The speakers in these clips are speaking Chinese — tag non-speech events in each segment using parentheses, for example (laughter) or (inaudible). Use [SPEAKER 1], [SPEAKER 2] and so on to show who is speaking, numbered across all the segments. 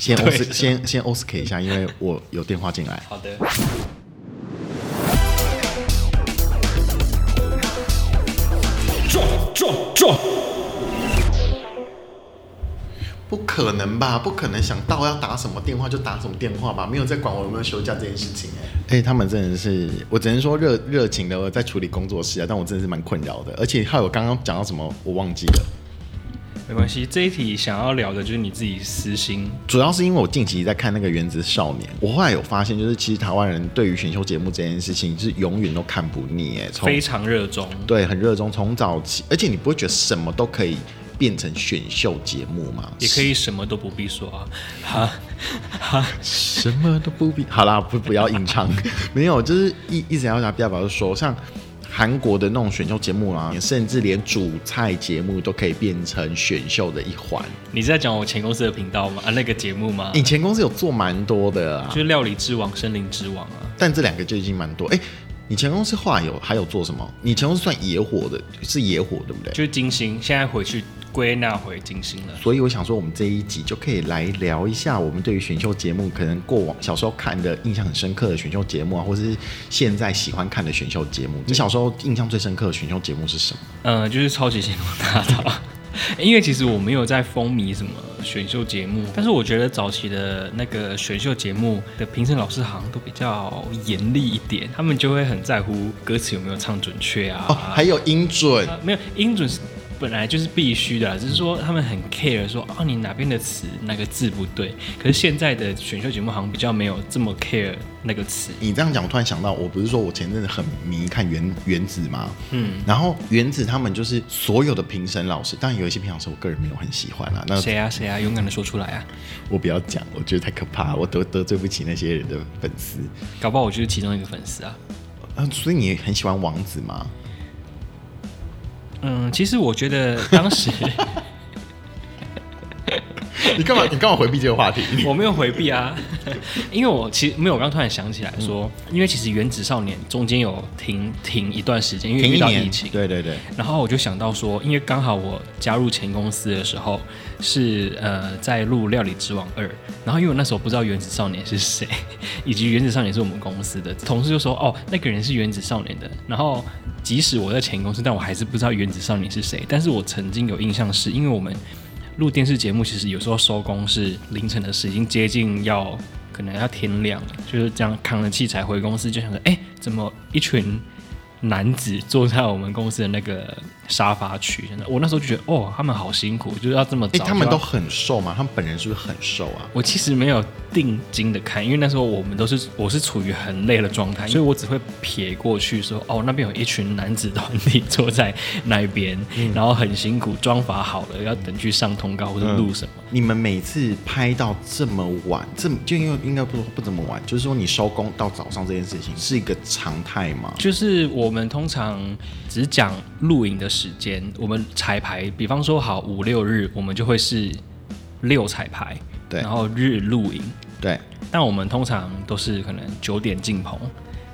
[SPEAKER 1] 先
[SPEAKER 2] 对
[SPEAKER 1] O 先先 O S K 一下，因为我有电话进来。
[SPEAKER 2] 好的，
[SPEAKER 3] 撞撞撞！
[SPEAKER 1] 不可能吧？不可能想到要打什么电话就打什么电话吧？没有在管我有没有休假这件事情哎、哎、他们真的是，我只能说热热情的在处理工作室啊，但我真的是蛮困扰的。而且还有刚刚讲到什么，我忘记了。
[SPEAKER 2] 没关系。这一题想要聊的就是你自己私心，
[SPEAKER 1] 主要是因为我近期在看那个《原子少年》，我后来有发现，就是其实台湾人对于选秀节目这件事情是永远都看不腻哎、从
[SPEAKER 2] 非常热衷。
[SPEAKER 1] 对很热衷，从早期，而且你不会觉得什么都可以变成选秀节目吗？
[SPEAKER 2] 也可以什么都不必说啊， (laughs) 哈哈，
[SPEAKER 1] 什么都不必。 (laughs) 好啦，不不要硬唱，没有，就是一一直要拿表表示说，像韩国的那种选秀节目啦，甚至连主菜节目都可以变成选秀的一环。
[SPEAKER 2] 你是在讲我前公司的频道吗？啊，那个节目吗？
[SPEAKER 1] 以前公司有做蛮多的
[SPEAKER 2] 就
[SPEAKER 1] 啊，
[SPEAKER 2] 是料理之王、森林之王啊，
[SPEAKER 1] 但这两个就已经蛮多。哎、你前公司后来有还有做什么？你前公司算野火的，是野火对不对？
[SPEAKER 2] 就是金星，现在回去归纳回金星了。
[SPEAKER 1] 所以我想说，我们这一集就可以来聊一下我们对于选秀节目，可能过往小时候看的印象很深刻的选秀节目啊，或是现在喜欢看的选秀节目。你小时候印象最深刻的选秀节目是什么？
[SPEAKER 2] 嗯，就是超级星光大道。因为其实我没有在风靡什么选秀节目，但是我觉得早期的那个选秀节目的评审老师好像都比较严厉一点，他们就会很在乎歌词有没有唱准确啊，
[SPEAKER 1] 哦，还有音准，
[SPEAKER 2] 啊没有音准是本来就是必须的啦，啊只是说他们很 care 说哦你哪边的词哪个字不对，可是现在的选秀节目好像比较没有这么 care 那个词，
[SPEAKER 1] 你这样讲，我突然想到，我不是说我前阵子很迷看原原子吗？
[SPEAKER 2] 嗯，
[SPEAKER 1] 然后原子他们就是所有的评审老师，当然有一些评审老师我个人没有很喜欢啦、那
[SPEAKER 2] 谁啊谁啊，勇敢的说出来啊，
[SPEAKER 1] 我不要讲，我觉得太可怕，我得得罪不起那些人的粉丝。
[SPEAKER 2] 搞不好我就是其中一个粉丝啊。
[SPEAKER 1] 啊，所以你很喜欢王子吗？
[SPEAKER 2] 嗯，其实我觉得
[SPEAKER 1] (laughs)
[SPEAKER 2] 当时
[SPEAKER 1] 你
[SPEAKER 2] (laughs)
[SPEAKER 1] 干嘛？你干嘛回避这个话题？
[SPEAKER 2] 我没有回避啊，因为我其实没有，我刚突然想起来说，
[SPEAKER 1] 嗯
[SPEAKER 2] 因为其实《原子少年》中间有停停一段时间，因为
[SPEAKER 1] 停
[SPEAKER 2] 遇
[SPEAKER 1] 一
[SPEAKER 2] 到
[SPEAKER 1] 年
[SPEAKER 2] 疫情，
[SPEAKER 1] 对对对，
[SPEAKER 2] 然后我就想到说，因为刚好我加入前公司的时候是呃在录《料理之王二》，然后因为我那时候不知道原子少年是谁， (laughs) 以及原子少年是我们公司的同事就说哦那个人是原子少年的，然后即使我在前公司，但我还是不知道原子少年是谁，但是我曾经有印象是因为我们录电视节目，其实有时候收工是凌晨的事，已经接近要可能要天亮了，就是这样扛着器材回公司，就想着哎、诶怎么一群男子坐在我们公司的那个沙发区？真的我那时候就觉得哦，他们好辛苦，就是要这么
[SPEAKER 1] 哎、
[SPEAKER 2] 早。
[SPEAKER 1] 他们
[SPEAKER 2] 就要
[SPEAKER 1] 都很瘦吗？他们本人是不是很瘦啊？
[SPEAKER 2] 我其实没有定睛的看，因为那时候我们都是我是处于很累的状态，所以我只会瞥过去说，哦，那边有一群男子团体坐在那边，然后很辛苦，妆发好了，要等去上通告或者录什么。
[SPEAKER 1] 你们每次拍到这么晚，这么就因为应该不不怎么晚，就是说你收工到早上这件事情是一个常态吗？
[SPEAKER 2] 就是我们通常只讲录影的时间，我们彩排，比方说好五六日，我们就会是六彩排，
[SPEAKER 1] 对
[SPEAKER 2] 然后日录影，
[SPEAKER 1] 对，
[SPEAKER 2] 但我们通常都是可能九点进棚，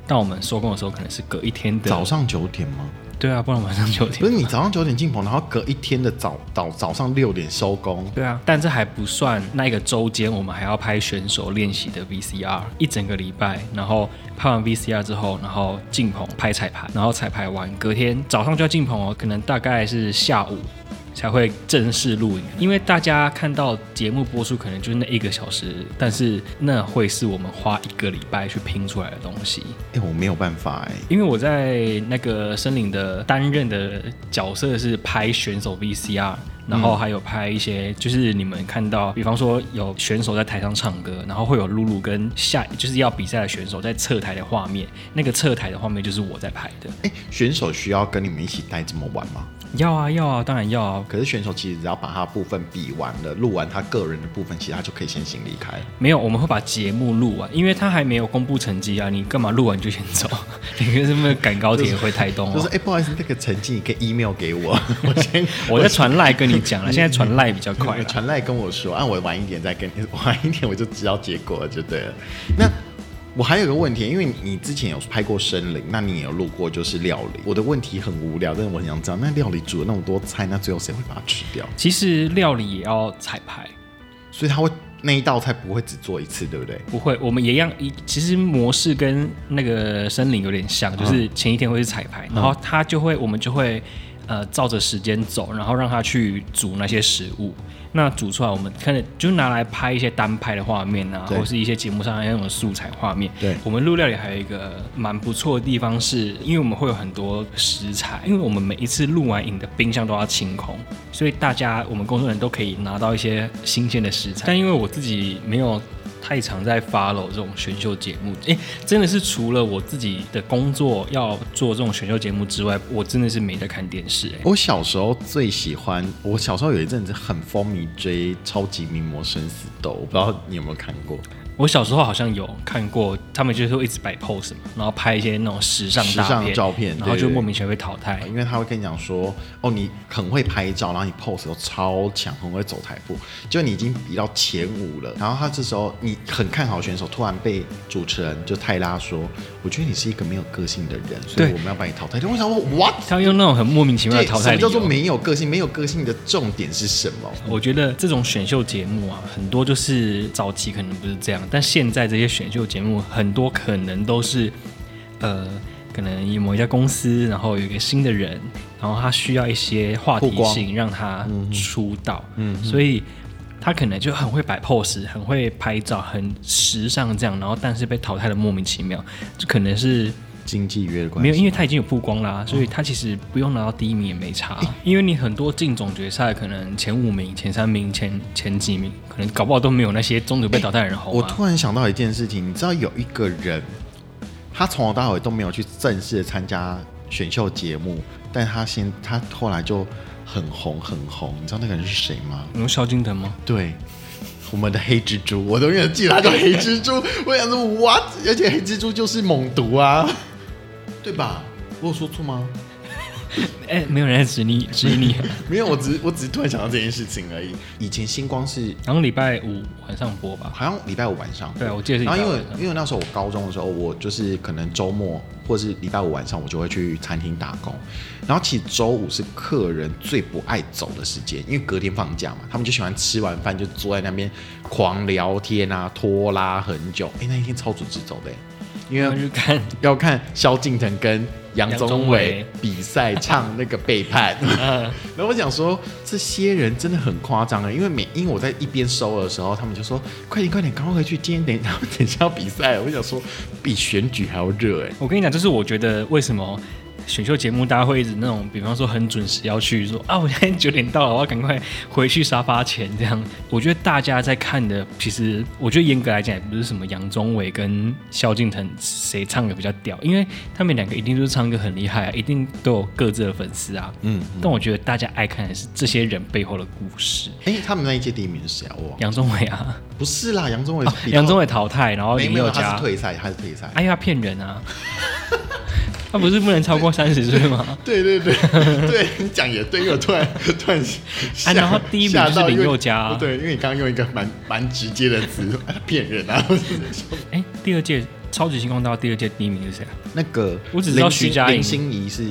[SPEAKER 2] 但我们收工的时候可能是隔一天的
[SPEAKER 1] 早上九点吗？
[SPEAKER 2] 对啊，不然晚上九点。
[SPEAKER 1] 不是你早上九点进棚，然后隔一天的早早早上六点收工，
[SPEAKER 2] 对啊，但这还不算那一个周间，我们还要拍选手练习的 VCR，一整个礼拜，然后拍完 VCR 之后，然后进棚拍彩排，然后彩排完，隔天早上就要进棚哦，可能大概是下午才会正式录影，因为大家看到节目播出可能就是那一个小时，但是那会是我们花一个礼拜去拼出来的东西。
[SPEAKER 1] 哎、我没有办法哎、
[SPEAKER 2] 因为我在那个森林的担任的角色是拍选手 VCR，然后还有拍一些就是你们看到，比方说有选手在台上唱歌，然后会有露露跟下就是要比赛的选手在侧台的画面，那个侧台的画面就是我在拍的。
[SPEAKER 1] 哎、选手需要跟你们一起待这么晚吗？
[SPEAKER 2] 要啊要啊，当然要啊，
[SPEAKER 1] 可是选手其实只要把他部分比完了，录完他个人的部分，其实他就可以先行离开。
[SPEAKER 2] 没有我们会把节目录完，因为他还没有公布成绩啊，你干嘛录完就先走？ (laughs) 你是不是赶高铁回台 (laughs) 东、啊？
[SPEAKER 1] 就是哎、不好意思，那个成绩你可以 email 给我，我先
[SPEAKER 2] 我在传赖 (laughs) 跟你讲了，啊现在传赖比较快 (laughs)
[SPEAKER 1] 你
[SPEAKER 2] 了。
[SPEAKER 1] 传来跟我说，啊，我晚一点再跟你，晚一点我就知道结果了，就对了。那我还有个问题，因为你之前有拍过森林，那你也有录过就是料理。我的问题很无聊，但是我很想知道，那料理煮了那么多菜，那最后谁会把它吃掉？
[SPEAKER 2] 其实料理也要彩排，
[SPEAKER 1] 所以他会那一道菜不会只做一次，对不对？
[SPEAKER 2] 不会，我们也一样。一其实模式跟那个森林有点像，就是前一天会去彩排，然后他就会，我们就会呃照着时间走，然后让他去煮那些食物。那煮出来，我们可能就拿来拍一些单拍的画面啊，
[SPEAKER 1] 对
[SPEAKER 2] 或是一些节目上那种素材画面。
[SPEAKER 1] 对
[SPEAKER 2] 我们录料理还有一个蛮不错的地方是，因为我们会有很多食材，因为我们每一次录完影的冰箱都要清空，所以大家我们工作人员都可以拿到一些新鲜的食材。但因为我自己没有。太常在 follow 这种选秀节目，诶，真的是除了我自己的工作要做这种选秀节目之外，我真的是没在看电视、诶。
[SPEAKER 1] 我小时候最喜欢，我小时候有一阵子很风靡追《超级名模生死斗》，我不知道你有没有看过？
[SPEAKER 2] 我小时候好像有看过，他们就是会一直摆 pose 嘛，然后拍一些那种时尚大
[SPEAKER 1] 时尚照片
[SPEAKER 2] 然后
[SPEAKER 1] 对
[SPEAKER 2] 就
[SPEAKER 1] 对
[SPEAKER 2] 莫名其妙被淘汰。
[SPEAKER 1] 因为他会跟你讲说，哦，你很会拍照，然后你 pose 都超强，很会走台步，就你已经比到前五了。然后他这时候你很看好选手，突然被主持人就泰拉说，我觉得你是一个没有个性的人，所以
[SPEAKER 2] 对
[SPEAKER 1] 我们要把你淘汰掉。我想说，what？
[SPEAKER 2] 他用那种很莫名其妙的
[SPEAKER 1] 对，
[SPEAKER 2] 淘
[SPEAKER 1] 什
[SPEAKER 2] 汰
[SPEAKER 1] 么
[SPEAKER 2] 理
[SPEAKER 1] 叫做
[SPEAKER 2] 由。啊
[SPEAKER 1] 没有个性？没有个性的重点是什么？
[SPEAKER 2] 我觉得这种选秀节目啊，很多就是早期可能不是这样，但现在这些选秀节目很多可能都是，呃，可能某一家公司，然后有一个新的人，然后他需要一些话
[SPEAKER 1] 曝
[SPEAKER 2] 题
[SPEAKER 1] 光
[SPEAKER 2] 性让他出道，嗯，所以他可能就很会摆 pose，很会拍照，很时尚这样，然后但是被淘汰的莫名其妙，这可能是
[SPEAKER 1] 经济约的关系
[SPEAKER 2] 没有，因为他已经有曝光啦，所以他其实不用拿到第一名也没差，因为你很多进总决赛可能前五名、前三名、前前几名，可能搞不好都没有那些中途被淘汰的人红、啊。
[SPEAKER 1] 我突然想到一件事情，你知道有一个人，他从头到尾都没有去正式的参加选秀节目，但他先他后来就很红很红，你知道那个人是谁吗？
[SPEAKER 2] 你说萧敬腾吗？
[SPEAKER 1] 对，我们的黑蜘蛛，我永远记得他叫黑蜘蛛。我想说 what？而且黑蜘蛛就是猛毒啊， (laughs) 对吧？我有说错吗？
[SPEAKER 2] 哎、没有人在指你指 (laughs) 你。
[SPEAKER 1] 没有，我只是我只是突然想到这件事情而已。以前星光是
[SPEAKER 2] 然后礼拜五晚上播吧。
[SPEAKER 1] 好像礼拜五晚上，
[SPEAKER 2] 对，我记得是礼
[SPEAKER 1] 然
[SPEAKER 2] 拜
[SPEAKER 1] 后因
[SPEAKER 2] 五晚
[SPEAKER 1] 为
[SPEAKER 2] 上。
[SPEAKER 1] 因为那时候我高中的时候，我就是可能周末或是礼拜五晚上，我就会去餐厅打工。然后其实周五是客人最不爱走的时间，因为隔天放假嘛，他们就喜欢吃完饭就坐在那边狂聊天啊，拖拉很久。哎，那一天超准时走的，因
[SPEAKER 2] 然后
[SPEAKER 1] 为
[SPEAKER 2] 就看，
[SPEAKER 1] 要看萧敬腾跟杨
[SPEAKER 2] 杨宗
[SPEAKER 1] 宗
[SPEAKER 2] 纬
[SPEAKER 1] 纬嗯比赛唱那个背 (laughs) 叛。
[SPEAKER 2] 呃，
[SPEAKER 1] 然后我想说，这些人真的很夸张啊！因为每因为我在一边收的时候，他们就说：“快点，快点，赶快回去！今天等 (laughs) 他们等一下要比赛。”我想说，比选举还要热哎、
[SPEAKER 2] 我跟你讲，就是我觉得为什么选秀节目大家会一直那种，比方说很准时要去说啊，我现在九点到了，我要赶快回去沙发前这样。我觉得大家在看的，其实我觉得严格来讲也不是什么杨宗纬跟萧敬腾谁唱的比较屌，因为他们两个一定就是唱歌很厉害、啊，一定都有各自的粉丝啊。嗯，但我觉得大家爱看的是这些人背后的故事。
[SPEAKER 1] 哎、他们那一届第一名是谁啊？我忘了
[SPEAKER 2] 杨宗纬啊，
[SPEAKER 1] 不是啦，杨宗纬是比较、
[SPEAKER 2] 杨宗纬淘汰，然后
[SPEAKER 1] 没
[SPEAKER 2] 林
[SPEAKER 1] 没
[SPEAKER 2] 宥
[SPEAKER 1] 有，他
[SPEAKER 2] 嘉
[SPEAKER 1] 是退赛，他是退赛。
[SPEAKER 2] 哎呀，骗人啊！
[SPEAKER 1] (laughs)
[SPEAKER 2] 他不是不能超过三十岁吗？
[SPEAKER 1] 对对 (laughs) 对对，你讲也对，因为我突然 (laughs) 突啊然吓、
[SPEAKER 2] 然后第一名
[SPEAKER 1] 吓到
[SPEAKER 2] 是林
[SPEAKER 1] 因为哦
[SPEAKER 2] 宥嘉啊
[SPEAKER 1] 对，因为你刚刚用一个蛮蛮直接的词 (laughs) 哎骗人啊，
[SPEAKER 2] 哎、第二届超级星光大道第二届第一名是谁啊？
[SPEAKER 1] 那个
[SPEAKER 2] 我只知道徐佳莹
[SPEAKER 1] 林心怡是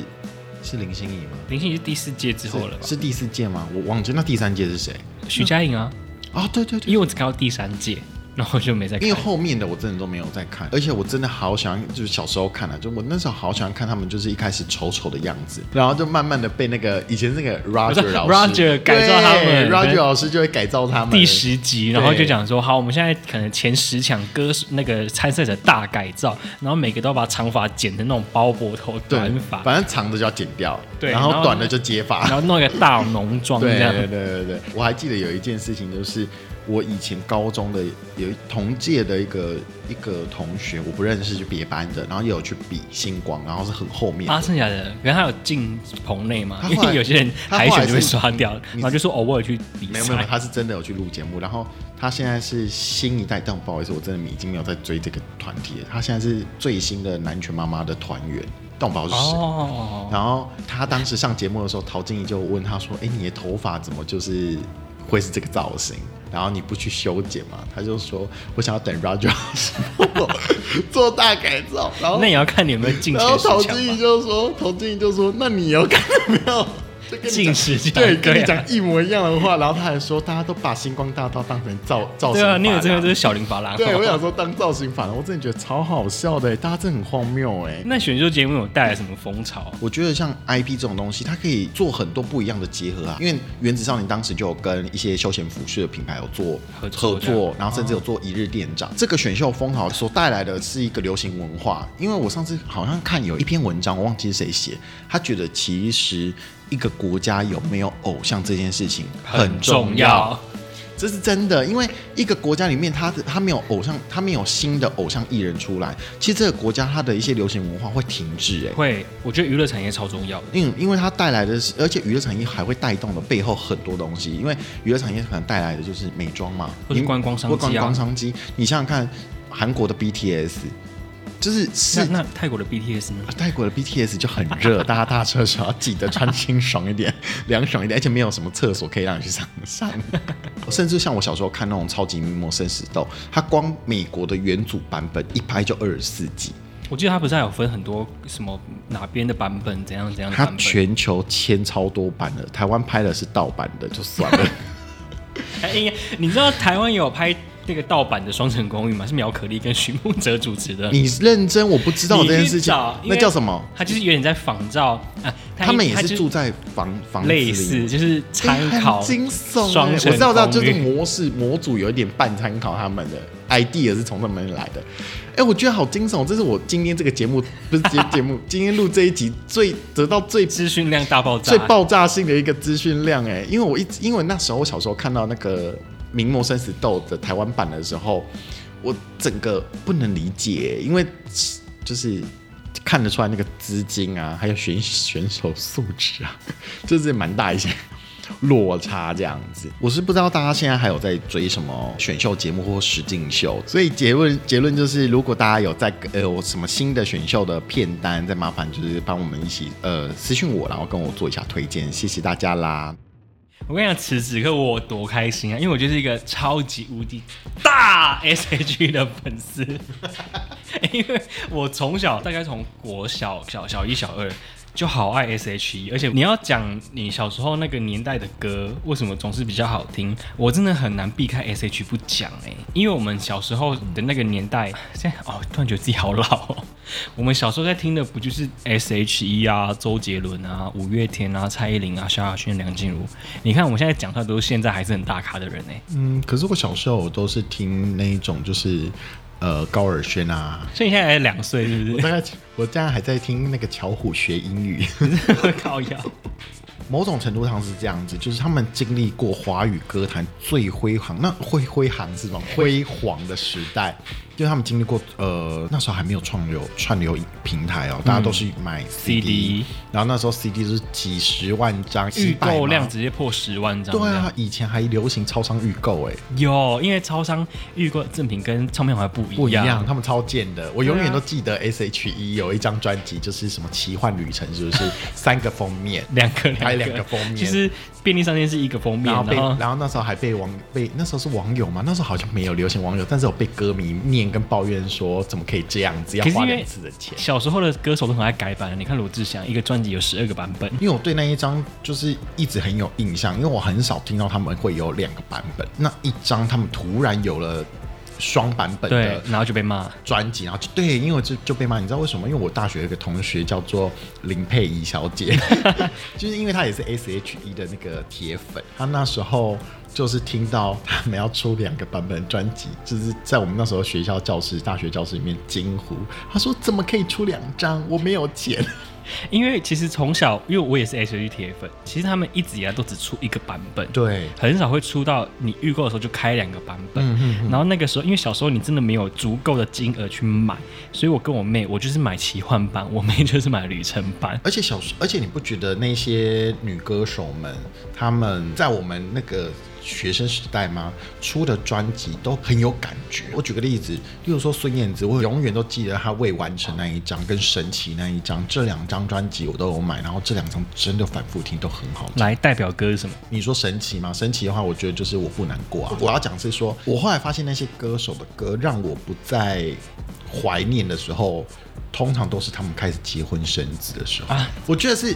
[SPEAKER 1] 是林心怡吗？
[SPEAKER 2] 林心怡是第四届之后了吧？
[SPEAKER 1] 是第四届吗？我忘记那第三届是谁
[SPEAKER 2] 徐佳莹啊，
[SPEAKER 1] 啊？对对对，
[SPEAKER 2] 因为我只看到第三届，然后就没再看
[SPEAKER 1] 因为。后面的我真的都没有在看，而且我真的好喜欢，就是小时候看的、啊就我那时候好喜欢看他们，就是一开始丑丑的样子，然后就慢慢的被那个以前那个 Roger 老师
[SPEAKER 2] Roger 改造他们
[SPEAKER 1] 对，Roger 老师就会改造他们。
[SPEAKER 2] 第十集，然后就讲说，好，我们现在可能前十强歌手那个参赛者大改造，然后每个都要把长发剪成那种包脖头短
[SPEAKER 1] 对，
[SPEAKER 2] 发，
[SPEAKER 1] 反正长的就要剪掉，
[SPEAKER 2] 对
[SPEAKER 1] 然
[SPEAKER 2] 然
[SPEAKER 1] 后
[SPEAKER 2] 后
[SPEAKER 1] 短的就接发，
[SPEAKER 2] 然后弄一个大浓妆
[SPEAKER 1] 对
[SPEAKER 2] 这样。
[SPEAKER 1] 对对对对，我还记得有一件事情，就是我以前高中的有一同届的一个一个同学，我不认识，就别班的，然后也有去比星光，然后是很后面的。
[SPEAKER 2] 啊，剩下的，原来他有进棚内嘛
[SPEAKER 1] 他，
[SPEAKER 2] 因
[SPEAKER 1] 后来
[SPEAKER 2] 为有些人海选就被刷
[SPEAKER 1] 他
[SPEAKER 2] 掉，
[SPEAKER 1] 后来是
[SPEAKER 2] 然后就说偶尔去比
[SPEAKER 1] 没有没有，没有
[SPEAKER 2] 赛。
[SPEAKER 1] 他是真的有去录节目，然后他现在是新一代，但不好意思，我真的已经没有在追这个团体了。他现在是最新的南拳妈妈的团员，但我不知道是谁。
[SPEAKER 2] 哦，
[SPEAKER 1] 然后他当时上节目的时候，陶晶莹就问他说：“哎，你的头发怎么就是会是这个造型？然后你不去修剪嘛？”他就说：“我想要等 Roger 老师 (laughs) 帮我做大改造。”然后
[SPEAKER 2] 那也要看你有没有进
[SPEAKER 1] 然
[SPEAKER 2] 前
[SPEAKER 1] 后
[SPEAKER 2] 十
[SPEAKER 1] 陶
[SPEAKER 2] 强
[SPEAKER 1] 晶莹
[SPEAKER 2] 吧。
[SPEAKER 1] 就说：“陶晶莹就说，那你要看有没有？”就跟你讲
[SPEAKER 2] 进食讲
[SPEAKER 1] 对，
[SPEAKER 2] 对
[SPEAKER 1] 跟你
[SPEAKER 2] 啊
[SPEAKER 1] 讲一模一样的话，然后他还说大家都把星光大道当成造造型
[SPEAKER 2] 对
[SPEAKER 1] 法
[SPEAKER 2] 啊，
[SPEAKER 1] 啦，
[SPEAKER 2] 那个真的就是小林巴拉。
[SPEAKER 1] 对，我想说当造型法了，我真的觉得超好笑的，欸大家真的很荒谬哎。
[SPEAKER 2] (laughs) 那选秀节目有带来什么风潮？
[SPEAKER 1] 我觉得像 IP 这种东西，它可以做很多不一样的结合啊。因为原子少年当时就有跟一些休闲服饰的品牌有做
[SPEAKER 2] 合作这样
[SPEAKER 1] 作然后甚至有做一日店长。这个选秀风潮所带来的是一个流行文化。因为我上次好像看有一篇文章，我忘记是谁写，他觉得其实一个国家有没有偶像这件事情很重要。，这是真的，因为一个国家里面它，的它没有偶像，它没有新的偶像艺人出来，其实这个国家它的一些流行文化会停滞、哎，
[SPEAKER 2] 会，我觉得娱乐产业超重要的。
[SPEAKER 1] 因因为它带来的是，而且娱乐产业还会带动的背后很多东西，因为娱乐产业可能带来的就是美妆嘛，
[SPEAKER 2] 或是
[SPEAKER 1] 你
[SPEAKER 2] 观光商机
[SPEAKER 1] 或
[SPEAKER 2] 啊
[SPEAKER 1] 观光商机。你想想看，韩国的 BTS，就是是
[SPEAKER 2] 那那泰国的 BTS 呢？
[SPEAKER 1] 泰国的 BTS 就很热，大家搭车的时候要记得穿清爽一点、 (laughs) 凉爽一点，而且没有什么厕所可以让你去上上。
[SPEAKER 2] (laughs)
[SPEAKER 1] 甚至像我小时候看那种超级密谋生死斗，它光美国的原组版本一拍就二十四集，
[SPEAKER 2] 我记得它不是还有分很多什么哪边的版本，怎样怎样的
[SPEAKER 1] 它
[SPEAKER 2] 版本？
[SPEAKER 1] 全球签超多版的，台湾拍的是盗版的就算了。
[SPEAKER 2] 哎应该你知道台湾有拍那个盗版的《双城公寓》吗？是苗可丽跟徐梦哲主持
[SPEAKER 1] (laughs)
[SPEAKER 2] 的。
[SPEAKER 1] 你认真，我不知道
[SPEAKER 2] 你
[SPEAKER 1] 这件
[SPEAKER 2] 去
[SPEAKER 1] 事情
[SPEAKER 2] 找，因
[SPEAKER 1] 那
[SPEAKER 2] 为
[SPEAKER 1] 叫什么？
[SPEAKER 2] 他就是有点在仿照啊，
[SPEAKER 1] 他们也
[SPEAKER 2] 就是
[SPEAKER 1] 住在房房子
[SPEAKER 2] 类
[SPEAKER 1] 里哎
[SPEAKER 2] 似，就是参考
[SPEAKER 1] 欸很惊悚欸、
[SPEAKER 2] 双
[SPEAKER 1] 我
[SPEAKER 2] 城
[SPEAKER 1] 知道，我知道，
[SPEAKER 2] 公
[SPEAKER 1] 就
[SPEAKER 2] 寓
[SPEAKER 1] 是模式模组有一点半参考他们的 idea 是从他们来的。哎、我觉得好惊悚，这是我今天这个节目不是
[SPEAKER 2] (laughs)
[SPEAKER 1] 节节目，今天录这一集最得到最
[SPEAKER 2] 资讯量大爆炸，
[SPEAKER 1] 最爆炸性的一个资讯量哎、因为我一直因为那时候我小时候看到那个《名模生死斗》的台湾版的时候，我整个不能理解、欸因为就是看得出来那个资金啊，还有选选手素质啊， (laughs) 就是蛮大一些。落差这样子，我是不知道大家现在还有在追什么选秀节目或实境秀，所以结论结论就是，如果大家有在呃有什么新的选秀的片单，再麻烦就是帮我们一起呃私信我，然后跟我做一下推荐，谢谢大家啦。
[SPEAKER 2] 我跟你讲，此时此刻我有多开心啊！因为我就是一个超级无敌大 S H E 的粉丝， (laughs) 因为我从小大概从国小小小一、小二就好爱 S H E，而且你要讲你小时候那个年代的歌，为什么总是比较好听？我真的很难避开 S H 不讲哎、因为我们小时候的那个年代，现在哦，突然觉得自己好老哦。我们小时候在听的不就是 S H E 啊、周杰伦啊、五月天啊、蔡依林啊、萧亚轩、梁静茹？你看我们现在讲出来都是现在还是很大咖的人哎、
[SPEAKER 1] 嗯，可是我小时候我都是听那一种就是呃高尔宣啊，
[SPEAKER 2] 所以你现在才两岁是不
[SPEAKER 1] 我
[SPEAKER 2] 是？
[SPEAKER 1] 大概我现在还在听那个巧虎学英语。
[SPEAKER 2] (laughs) 靠腰。
[SPEAKER 1] 某种程度上是这样子，就是他们经历过华语歌坛最辉煌，那辉辉煌是什么？辉煌的时代，就是他们经历过呃那时候还没有创流串流平台哦，大家都是
[SPEAKER 2] 嗯
[SPEAKER 1] 买 CD，,
[SPEAKER 2] CD
[SPEAKER 1] 然后那时候 CD 就是几十万张，
[SPEAKER 2] 预
[SPEAKER 1] 几百
[SPEAKER 2] 购
[SPEAKER 1] 吗
[SPEAKER 2] 量直接破十万张。
[SPEAKER 1] 对啊，，以前还流行超商预购哎、
[SPEAKER 2] 有，因为超商预购赠品跟唱片行还不一样。
[SPEAKER 1] 不一样，他们超贱的。我永
[SPEAKER 2] 对
[SPEAKER 1] 远
[SPEAKER 2] 啊
[SPEAKER 1] 都记得 S.H.E 有一张专辑，就是什么奇幻旅程，是不
[SPEAKER 2] (laughs)
[SPEAKER 1] 是三个封面？
[SPEAKER 2] 两个
[SPEAKER 1] 还有两个封面
[SPEAKER 2] 其实便利商店是一个封面，啊
[SPEAKER 1] 然后被，
[SPEAKER 2] 然后
[SPEAKER 1] 然后那时候还被网被那时候是网友嘛，那时候好像没有流行网友，但是有被歌迷念跟抱怨说，怎么可以这样子，要
[SPEAKER 2] 可是
[SPEAKER 1] 花
[SPEAKER 2] 因为
[SPEAKER 1] 两次的钱。
[SPEAKER 2] 小时候的歌手都很爱改版，你看罗志祥一个专辑有十二个版本。
[SPEAKER 1] 因为我对那一张就是一直很有印象，因为我很少听到他们会有两个版本，那一张他们突然有了双版本
[SPEAKER 2] 对
[SPEAKER 1] 的，
[SPEAKER 2] 然后就被骂。
[SPEAKER 1] 专辑，然后就对，因为我就就被骂，你知道为什么？因为我大学有一个同学叫做林佩仪小姐， (laughs) 就是因为她也是 S H E 的那个铁粉，她那时候就是听到他们要出两个版本的专辑，就是在我们那时候学校教室、大学教室里面惊呼，她说怎么可以出两张？我没有钱。
[SPEAKER 2] 因为其实从小，因为我也是 H.E 铁粉，其实他们一直以来都只出一个版本，
[SPEAKER 1] 对
[SPEAKER 2] 很少会出到你预购的时候就开两个版本。
[SPEAKER 1] 嗯
[SPEAKER 2] 然后那个时候，因为小时候你真的没有足够的金额去买，所以我跟我妹，我就是买奇幻版，我妹就是买旅程版。
[SPEAKER 1] (laughs) 而且小时，而且你不觉得那些女歌手们，她们在我们那个学生时代吗？出的专辑都很有感觉。我举个例子，例如说孙燕姿，我永远都记得她未完成那一张跟神奇那一张，这两张专辑我都有买，然后这两张真的反复听都很好听。
[SPEAKER 2] 来，代表歌是什么？
[SPEAKER 1] 你说神奇吗？神奇的话，我觉得就是我不难过啊。我要讲是说，我后来发现那些歌手的歌，让我不再怀念的时候，通常都是他们开始结婚生子的时候。
[SPEAKER 2] 啊
[SPEAKER 1] 我觉得是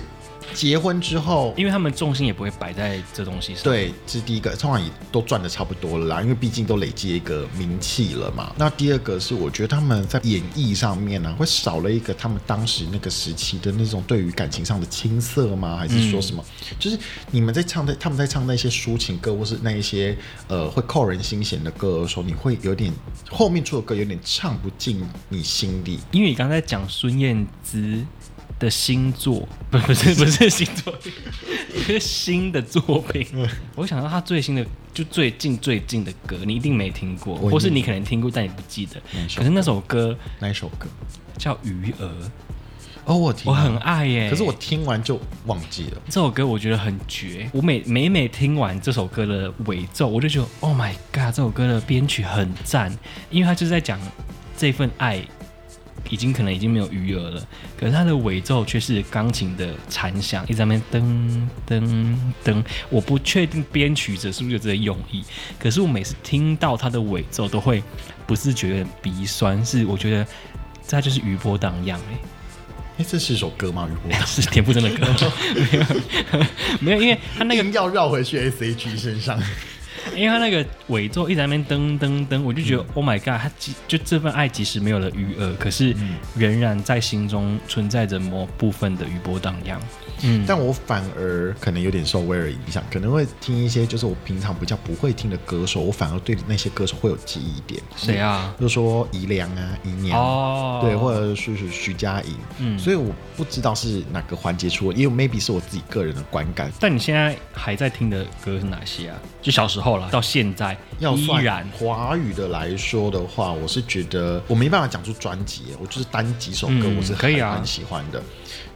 [SPEAKER 1] 结婚之后，
[SPEAKER 2] 因为他们重心也不会摆在这东西上。，
[SPEAKER 1] 对，这是第一个，通常也都赚的差不多了啦，因为毕竟都累积一个名气了嘛。那第二个是，我觉得他们在演绎上面呢、会少了一个他们当时那个时期的那种对于感情上的青涩吗？还是说什么？就是你们在唱的，他们在唱那些抒情歌，或是那一些呃会扣人心弦的歌的时候，你会有点后面出的歌有点唱不进你心里。
[SPEAKER 2] 因为你刚才讲孙燕姿的新作，不不是 (laughs) 不是新作品，是新的作品。
[SPEAKER 1] 嗯
[SPEAKER 2] 我想到她最新的，就最近最近的歌，你一定没听过，
[SPEAKER 1] 我一定
[SPEAKER 2] 或是你可能听过，但你不记得
[SPEAKER 1] 哪一。首
[SPEAKER 2] 可是那首歌
[SPEAKER 1] 那一首歌？
[SPEAKER 2] 叫《余额》，
[SPEAKER 1] 哦，我欸听
[SPEAKER 2] 我
[SPEAKER 1] 了
[SPEAKER 2] 很爱耶、
[SPEAKER 1] 可是我听完就忘记了。
[SPEAKER 2] 这首歌我觉得很绝，我每每每听完这首歌的尾奏，我就觉得 Oh my God，这首歌的编曲很赞，因为它就是在讲这份爱已经可能已经没有余额了，可是它的尾奏却是钢琴的残响，一直在那边噔噔噔，我不确定编曲者是不是有这个用意，可是我每次听到它的尾奏都会不是觉得鼻酸，是我觉得这就是余波荡漾哎、
[SPEAKER 1] 哎、这是一首歌吗？雨波。
[SPEAKER 2] 是田馥甄的歌，没有，没有，因为他那个
[SPEAKER 1] 硬要绕回去 S H E 身上。
[SPEAKER 2] 因为他那个尾奏一直在那边噔噔噔，我就
[SPEAKER 1] 嗯
[SPEAKER 2] 觉得、Oh my God，他即就这份爱即使没有了余额，可是
[SPEAKER 1] 嗯
[SPEAKER 2] 仍然在心中存在着某部分的余波荡漾。嗯，
[SPEAKER 1] 但我反而可能有点受威尔影响，可能会听一些就是我平常比较不会听的歌手，我反而对那些歌手会有记忆点。
[SPEAKER 2] 谁啊？
[SPEAKER 1] 就说宜良啊、宜娘，
[SPEAKER 2] 哦
[SPEAKER 1] 对，或者是是徐佳莹，
[SPEAKER 2] 嗯
[SPEAKER 1] 所以我不知道是哪个环节出了，因为 maybe 是我自己个人的观感。
[SPEAKER 2] 但你现在还在听的歌是哪些啊？就小时候了，到现在
[SPEAKER 1] 要
[SPEAKER 2] 依
[SPEAKER 1] 算
[SPEAKER 2] 然
[SPEAKER 1] 华语的来说的话，我是觉得我没办法讲出专辑，我就是单几首歌，
[SPEAKER 2] 嗯
[SPEAKER 1] 我是很
[SPEAKER 2] 可以啊
[SPEAKER 1] 蛮喜欢的，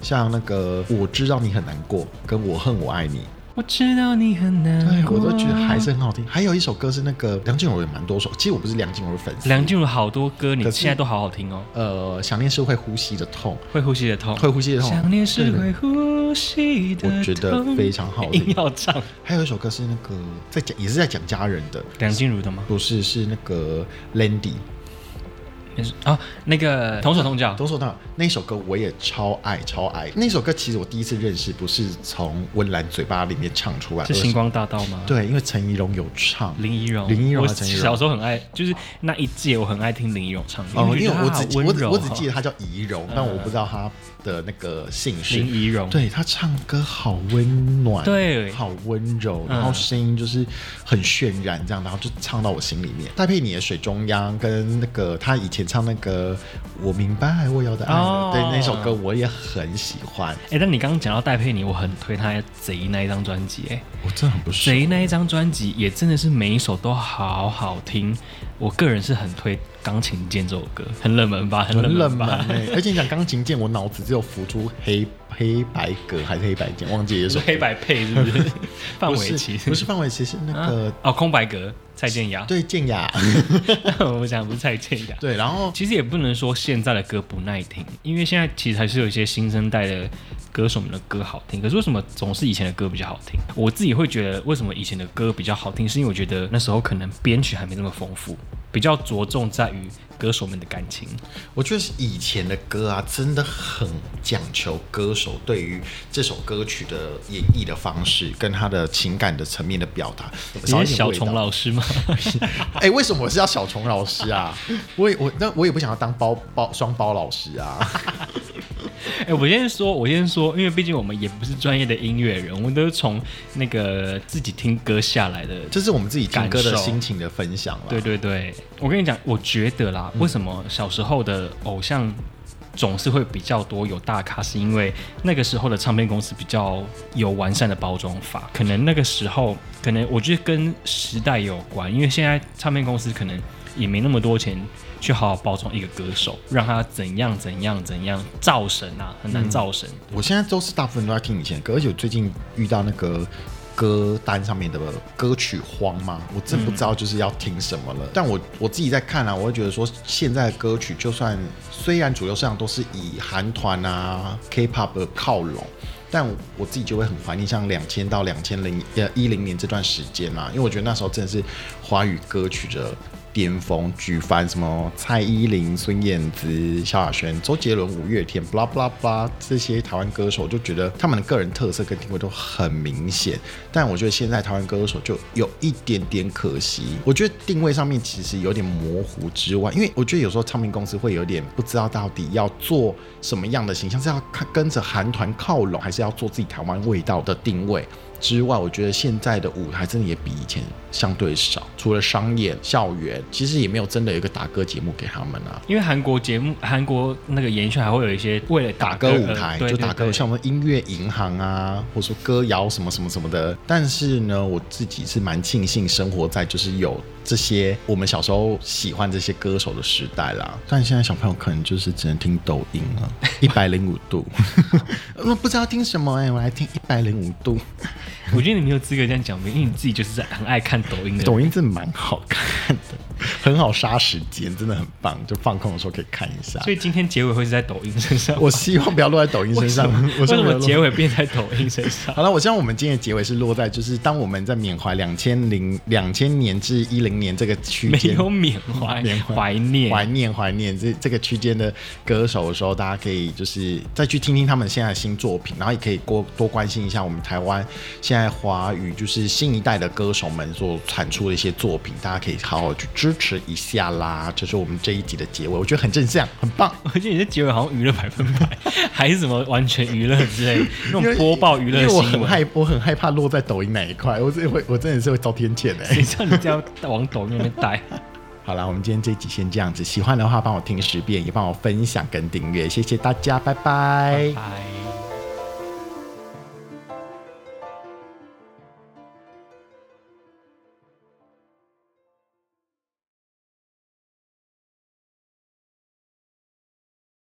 [SPEAKER 1] 像那个我知道你很难过，跟我恨我爱你，
[SPEAKER 2] 我知道你很难
[SPEAKER 1] 对，
[SPEAKER 2] 过，啊
[SPEAKER 1] 我都觉得还是很好听。还有一首歌是那个梁静茹，也蛮多首。其实我不是梁静茹的粉丝，
[SPEAKER 2] 梁静茹好多歌，你
[SPEAKER 1] 可是
[SPEAKER 2] 现在都好好听哦。
[SPEAKER 1] 呃，想念是会呼吸的痛，
[SPEAKER 2] 会呼吸的痛，
[SPEAKER 1] 会呼吸的痛，
[SPEAKER 2] 想念是
[SPEAKER 1] 对的
[SPEAKER 2] 会呼吸的痛，
[SPEAKER 1] 我觉得非常好
[SPEAKER 2] 硬
[SPEAKER 1] 听。
[SPEAKER 2] 要唱
[SPEAKER 1] 还有一首歌是那个在讲，也是在讲家人的，
[SPEAKER 2] 梁静茹的吗？
[SPEAKER 1] 不是是那个 Landy，
[SPEAKER 2] 也是啊，那个同手同脚，
[SPEAKER 1] 都说到那首歌我也超爱超爱。那首歌其实我第一次认识不是从温岚嘴巴里面唱出来，
[SPEAKER 2] 是
[SPEAKER 1] 而
[SPEAKER 2] 星光大道吗？，
[SPEAKER 1] 对，因为陈怡蓉有唱。
[SPEAKER 2] 林依荣，
[SPEAKER 1] 林依荣
[SPEAKER 2] 我
[SPEAKER 1] 还是陈怡蓉
[SPEAKER 2] 小时候很爱，就是那一届我很爱听林依荣唱歌，
[SPEAKER 1] 哦，因为
[SPEAKER 2] 觉得
[SPEAKER 1] 我
[SPEAKER 2] 她好
[SPEAKER 1] 只
[SPEAKER 2] 温
[SPEAKER 1] 我只
[SPEAKER 2] 柔
[SPEAKER 1] 我只
[SPEAKER 2] 哦
[SPEAKER 1] 记得她叫怡蓉，但我不知道她的那个姓氏。
[SPEAKER 2] 林依荣，，
[SPEAKER 1] 对他唱歌好温暖，
[SPEAKER 2] 对
[SPEAKER 1] 好温柔，
[SPEAKER 2] 嗯
[SPEAKER 1] 然后声音就是很渲染这样，然后就唱到我心里面。戴佩妮的《水中央》跟那个他以前唱那个《我明白我要的爱了》
[SPEAKER 2] 哦
[SPEAKER 1] 对那首歌我也很喜欢，
[SPEAKER 2] 哎，但你刚刚讲到戴佩妮，我很推她《贼》那一张专辑，哎，
[SPEAKER 1] 我真的很不
[SPEAKER 2] 《
[SPEAKER 1] 熟。
[SPEAKER 2] 贼》那一张专辑也真的是每一首都好好听，我个人是很推《钢琴键》这首歌，很冷门吧，很
[SPEAKER 1] 很冷
[SPEAKER 2] 冷
[SPEAKER 1] 门
[SPEAKER 2] 吧。
[SPEAKER 1] 哎、而且你讲钢琴键，我脑子只有浮出黑黑白格还是黑白键，忘记也
[SPEAKER 2] 是
[SPEAKER 1] 是
[SPEAKER 2] 黑白配是
[SPEAKER 1] (laughs)
[SPEAKER 2] 不是？范
[SPEAKER 1] 不
[SPEAKER 2] 玮琪
[SPEAKER 1] 是不是范呃玮琪，是那
[SPEAKER 2] 啊
[SPEAKER 1] 个、
[SPEAKER 2] 哦，空白格蔡健雅，
[SPEAKER 1] 对健雅，
[SPEAKER 2] (laughs) 我想不是蔡健雅，
[SPEAKER 1] 对，然后
[SPEAKER 2] 其实也不能说现在的歌不耐听，因为现在其实还是有一些新生代的歌手们的歌好听。可是为什么总是以前的歌比较好听？我自己会觉得，为什么以前的歌比较好听，是因为我觉得那时候可能编曲还没那么丰富，比较着重在于歌手们的感情。
[SPEAKER 1] 我觉得以前的歌啊，真的很讲求歌手对于这首歌曲的演绎的方式，跟他的情感的层面的表达。
[SPEAKER 2] 你
[SPEAKER 1] 少一
[SPEAKER 2] 是
[SPEAKER 1] 点
[SPEAKER 2] 小
[SPEAKER 1] 味道
[SPEAKER 2] 虫，老师
[SPEAKER 1] (laughs)
[SPEAKER 2] 吗？
[SPEAKER 1] 哎、为什么我是要小虫老师
[SPEAKER 2] (laughs)
[SPEAKER 1] 啊？我也我那我也不想要当包包双包老师啊。
[SPEAKER 2] (laughs) 哎、我先说，我先说，因为毕竟我们也不是专业的音乐人，我们都是从那个自己听歌下来的。
[SPEAKER 1] 这是我们自己听歌的
[SPEAKER 2] 感受
[SPEAKER 1] 心情的分享了。
[SPEAKER 2] 对对对，我跟你讲，我觉得啦，为什么小时候的偶像总是会比较多有大咖，是因为那个时候的唱片公司比较有完善的包装法，可能那个时候，可能我觉得跟时代有关，因为现在唱片公司可能也没那么多钱。去好好包装一个歌手，让他怎样怎样怎样造神啊，很难造神。
[SPEAKER 1] 我现在都是大部分都在听以前的歌，而且我最近遇到那个歌单上面的歌曲荒嘛，我真不知道就是要听什么了。但我我自己在看啊，我会觉得说现在的歌曲就算虽然主流市场都是以韩团啊、K-pop 的靠拢。但我我自己就会很怀念像两千啊到两千零呃一零年这段时间嘛、因为我觉得那时候真的是华语歌曲的巅峰，举凡什么蔡依林、孙燕姿、萧亚轩、周杰伦、五月天，blah blah blah 这些台湾歌手，就觉得他们的个人特色跟定位都很明显。但我觉得现在台湾歌手就有一点点可惜，我觉得定位上面其实有点模糊之外，因为我觉得有时候唱片公司会有点不知道到底要做什么样的形象，是要看跟着韩团靠拢，还是要做自己台湾味道的定位。之外，我觉得现在的舞台真的也比以前相对少，除了商演、校园，其实也没有真的有一个打歌节目给他们啊。
[SPEAKER 2] 因为韩国节目，韩国那个演艺圈还会有一些为了
[SPEAKER 1] 打歌
[SPEAKER 2] 歌
[SPEAKER 1] 舞
[SPEAKER 2] 而
[SPEAKER 1] 台，
[SPEAKER 2] 对
[SPEAKER 1] 就
[SPEAKER 2] 对
[SPEAKER 1] 打歌
[SPEAKER 2] 对
[SPEAKER 1] 舞，像我们音乐银行啊，或者说歌谣什么什么什么的。但是呢，我自己是蛮庆幸生活在就是有这些我们小时候喜欢这些歌手的时代啦。但现在小朋友可能就是只能听抖音了，一百零五度， (laughs) 我不知道听什么哎、我来听一百零五度。
[SPEAKER 2] 我觉得你没有资格这样讲，因为你自己就是很爱看抖音的。
[SPEAKER 1] 抖音真的蛮好看的，很好杀时间，真的很棒。就放空的时候可以看一下
[SPEAKER 2] 所。以今天结尾会是在抖音身上吗。
[SPEAKER 1] 我希望不要落在抖音身上。
[SPEAKER 2] 为
[SPEAKER 1] 我希
[SPEAKER 2] 什
[SPEAKER 1] 望不要
[SPEAKER 2] 么
[SPEAKER 1] 落
[SPEAKER 2] 结尾变在抖音身上？
[SPEAKER 1] 好了，我希望我们今天的结尾是落在就是当我们在缅怀两千零两千年至一零年这个区
[SPEAKER 2] 没
[SPEAKER 1] 间。
[SPEAKER 2] 有缅怀
[SPEAKER 1] 缅，怀
[SPEAKER 2] 怀
[SPEAKER 1] (laughs)
[SPEAKER 2] 念，
[SPEAKER 1] 怀念怀念这这个区间的歌手的时候，大家可以就是再去听听他们现在的新作品，然后也可以多多关心一下我们台湾现在华语就是新一代的歌手们所产出的一些作品，大家可以好好去支持一下啦。这是我们这一集的结尾，我觉得很正向，很
[SPEAKER 2] (laughs)
[SPEAKER 1] 棒。
[SPEAKER 2] 我觉得你这结尾好像娱乐百分百，还是什么完全娱乐之类，那种播报娱乐
[SPEAKER 1] 因为我
[SPEAKER 2] 新
[SPEAKER 1] 很
[SPEAKER 2] 闻。
[SPEAKER 1] 害我很害怕落在抖音那一块，我真的会我真的是会遭天谴的、
[SPEAKER 2] 谁叫 (laughs) 你这样往抖音那边带？
[SPEAKER 1] (laughs) 好啦，我们今天这一集先这样子，喜欢的话帮我听十遍，也帮我分享跟订阅，谢谢大家，拜拜
[SPEAKER 2] 拜。